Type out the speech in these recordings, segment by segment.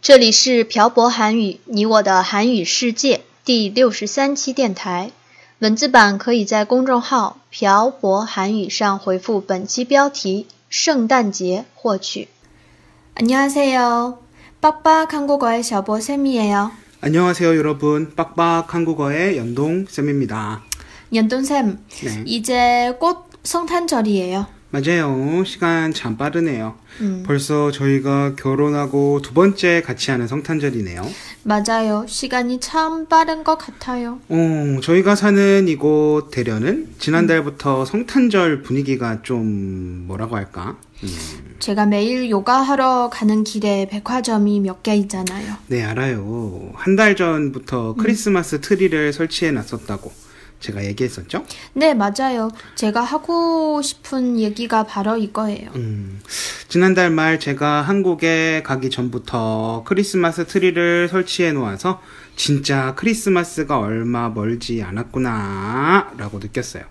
这里是朴博韩语，你我的韩语世界第六十三期电台。文字版可以在公众号“朴博韩语”上回复本期标题“圣诞节”获取。안녕하세요，빡빡한국어의小博쌤이에요。 안녕하세요 여러분 빡빡 한국어의 연동 쌤입니다. 연돈 쌤, 네. 이제 곧 성탄절이에요. 맞아요. 시간 참 빠르네요. 음. 벌써 저희가 결혼하고 두 번째 같이 하는 성탄절이네요. 맞아요. 시간이 참 빠른 것 같아요. 어, 저희가 사는 이곳 대련은 지난달부터 성탄절 분위기가 좀 뭐라고 할까? 음, 제가 매일 요가하러 가는 길에 백화점이 몇 개 있잖아요. 네, 알아요. 한 달 전부터 크리스마스 트리를 설치해 놨었다고 제가 얘기했었죠? 네, 맞아요. 제가 하고 싶은 얘기가 바로 이거예요. 음, 지난달 말 제가 한국에 가기 전부터 크리스마스 트리를 설치해 놓아서 진짜 크리스마스가 얼마 멀지 않았구나 라고 느꼈어요.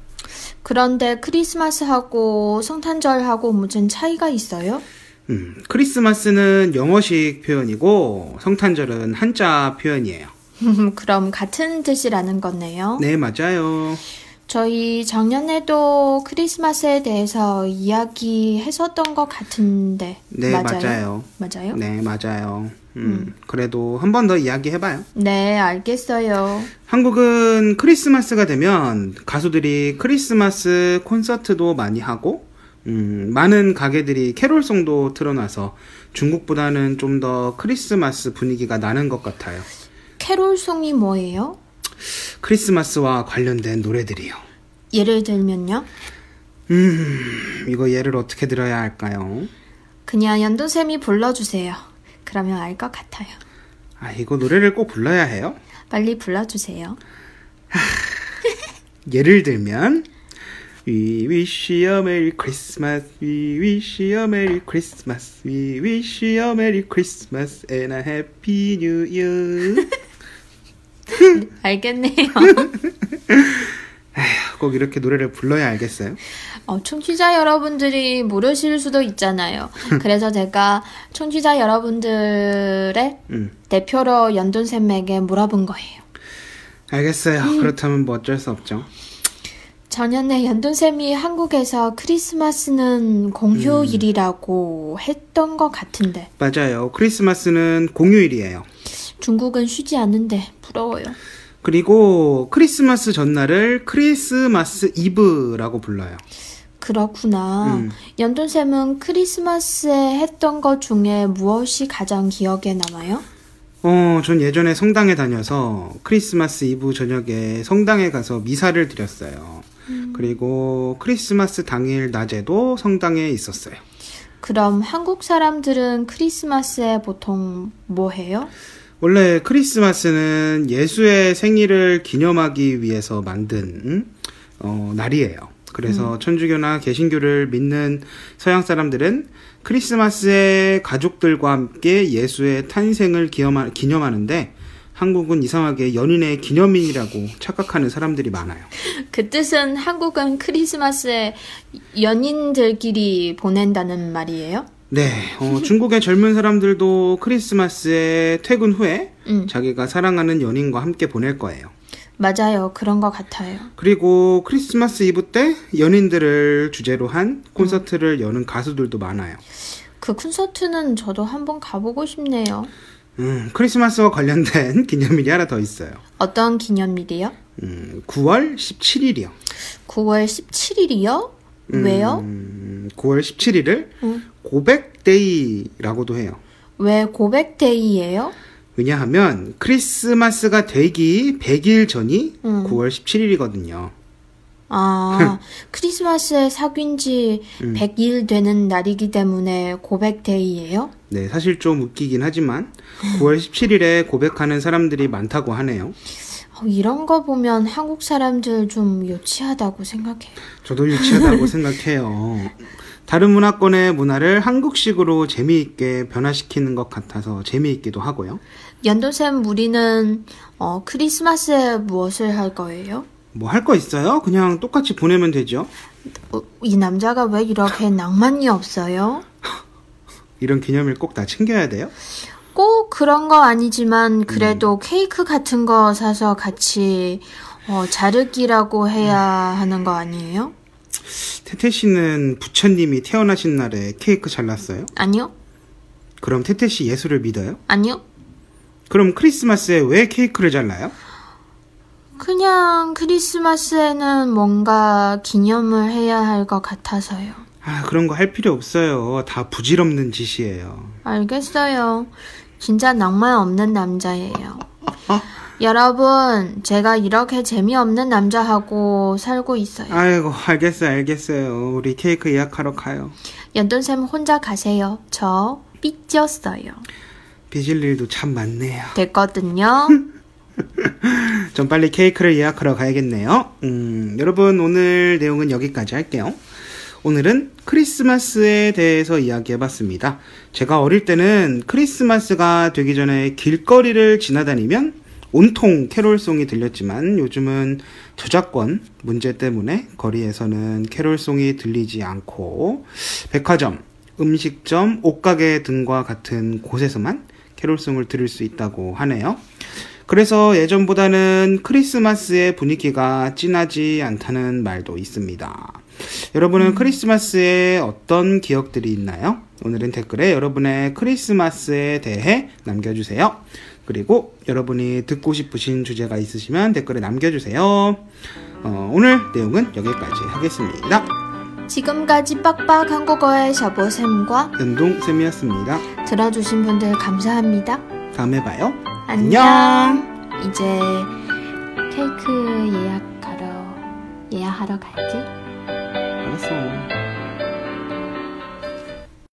그런데 크리스마스하고 성탄절하고 무슨 차이가 있어요? 음, 크리스마스는 영어식 표현이고 성탄절은 한자 표현이에요. 그럼 같은 뜻이라는 거네요. 네, 맞아요. 저희 작년에도 크리스마스에 대해서 이야기했었던 것 같은데. 네, 맞아요. 맞아요? 네, 맞아요. 음, 그래도 한 번 더 이야기해 봐요. 네, 알겠어요. 한국은 크리스마스가 되면 가수들이 크리스마스 콘서트도 많이 하고 음, 많은 가게들이 캐롤송도 틀어놔서 중국보다는 좀 더 크리스마스 분위기가 나는 것 같아요. 캐롤송이 뭐예요? 크리스마스와 관련된 노래들이요. 예를 들면요. 음, 이거 예를 어떻게 들어야 할까요? 그냥 연돈쌤이 불러주세요. 그러면 알 것 같아요. 아, 이거 노래를 꼭 불러야 해요? 빨리 불러주세요. 예를 들면 We wish you a merry Christmas. We wish you a merry Christmas. We wish you a merry Christmas and a happy new year. 알겠네요. 꼭 이렇게 노래를 불러야 알겠어요? 어, 청취자 여러분들이 모르실 수도 있잖아요. 그래서 제가 청취자 여러분들의 음. 대표로 연돈쌤에게 물어본 거예요. 알겠어요. 그렇다면 뭐 어쩔 수 없죠. 작년에 연돈쌤이 한국에서 크리스마스는 공휴일이라고 했던 것 같은데 맞아요. 크리스마스는 공휴일이에요. 중국은 쉬지 않는데 부러워요. 그리고 크리스마스 전날을 크리스마스 이브라고 불러요. 그렇구나. 음. 연돈쌤은 크리스마스에 했던 것 중에 무엇이 가장 기억에 남아요? 어, 전 예전에 성당에 다녀서 크리스마스 이브 저녁에 성당에 가서 미사를 드렸어요. 그리고 크리스마스 당일 낮에도 성당에 있었어요. 그럼 한국 사람들은 크리스마스에 보통 뭐 해요? 원래 크리스마스는 예수의 생일을 기념하기 위해서 만든 어, 날이에요. 그래서 천주교나 개신교를 믿는 서양 사람들은 크리스마스에 가족들과 함께 예수의 탄생을 기념하, 기념하는데 한국은 이상하게 연인의 기념일이라고 착각하는 사람들이 많아요. 그 뜻은 한국은 크리스마스에 연인들끼리 보낸다는 말이에요? 네, 어, 중국의 젊은 사람들도 크리스마스에 퇴근 후에 음. 자기가 사랑하는 연인과 함께 보낼 거예요. 맞아요. 그런 것 같아요. 그리고 크리스마스 이브 때 연인들을 주제로 한 콘서트를 여는 가수들도 많아요. 그 콘서트는 저도 한번 가보고 싶네요. 음, 크리스마스와 관련된 기념일이 하나 더 있어요. 어떤 기념일이요? 음, 9월 17일이요. 9월 17일이요? 왜요? 음, 9월 17일을 음. 고백데이라고도 해요. 왜 고백데이예요? 왜냐하면 크리스마스가 되기 100일 전이 음. 9월 17일이거든요. 아, 아, 크리스마스에 사귄 지 100일 되는 날이기 때문에 고백데이예요? 네, 사실 좀 웃기긴 하지만 9월 17일에 고백하는 사람들이 많다고 하네요. 어, 이런 거 보면 한국 사람들 좀 유치하다고 생각해. 저도 유치하다고 생각해요. 다른 문화권의 문화를 한국식으로 재미있게 변화시키는 것 같아서 재미있기도 하고요. 연도쌤, 우리는 어, 크리스마스에 무엇을 할 거예요? 뭐 할 거 있어요? 그냥 똑같이 보내면 되죠. 어, 이 남자가 왜 이렇게 낭만이 없어요? 이런 기념일 꼭 다 챙겨야 돼요. 꼭 그런 거 아니지만 그래도 케이크 같은 거 사서 같이 어, 자르기라고 해야 하는 거 아니에요? 태태 씨는 부처님이 태어나신 날에 케이크 잘랐어요? 아니요? 그럼 태태 씨 예수를 믿어요? 아니요? 그럼 크리스마스에 왜 케이크를 잘라요? 그냥 크리스마스에는 뭔가 기념을 해야 할 것 같아서요. 아, 그런 거 할 필요 없어요. 다 부질없는 짓이에요. 알겠어요. 진짜 낭만 없는 남자예요. 여러분, 제가 이렇게 재미없는 남자하고 살고 있어요. 아이고, 알겠어요, 알겠어요. 우리 케이크 예약하러 가요. 연돈쌤 혼자 가세요. 저 삐졌어요. 빚을 일도 참 많네요. 됐거든요. 좀 빨리 케이크를 예약하러 가야겠네요. 음, 여러분, 오늘 내용은 여기까지 할게요. 오늘은 크리스마스에 대해서 이야기해봤습니다. 제가 어릴 때는 크리스마스가 되기 전에 길거리를 지나다니면 온통 캐롤송이 들렸지만 요즘은 저작권 문제 때문에 거리에서는 캐롤송이 들리지 않고 백화점, 음식점, 옷가게 등과 같은 곳에서만 캐롤송을 들을 수 있다고 하네요. 그래서 예전보다는 크리스마스의 분위기가 진하지 않다는 말도 있습니다. 여러분은 크리스마스에 어떤 기억들이 있나요? 오늘은 댓글에 여러분의 크리스마스에 대해 남겨주세요. 그리고 여러분이 듣고 싶으신 주제가 있으시면 댓글에 남겨주세요. 어, 오늘 내용은 여기까지 하겠습니다. 지금까지 빡빡 한국어의 샤보쌤과 연동쌤이었습니다. 들어주신 분들 감사합니다. 다음에 봐요. 안녕. 이제 케이크 예약하러 예약하러 가야지. 알았어.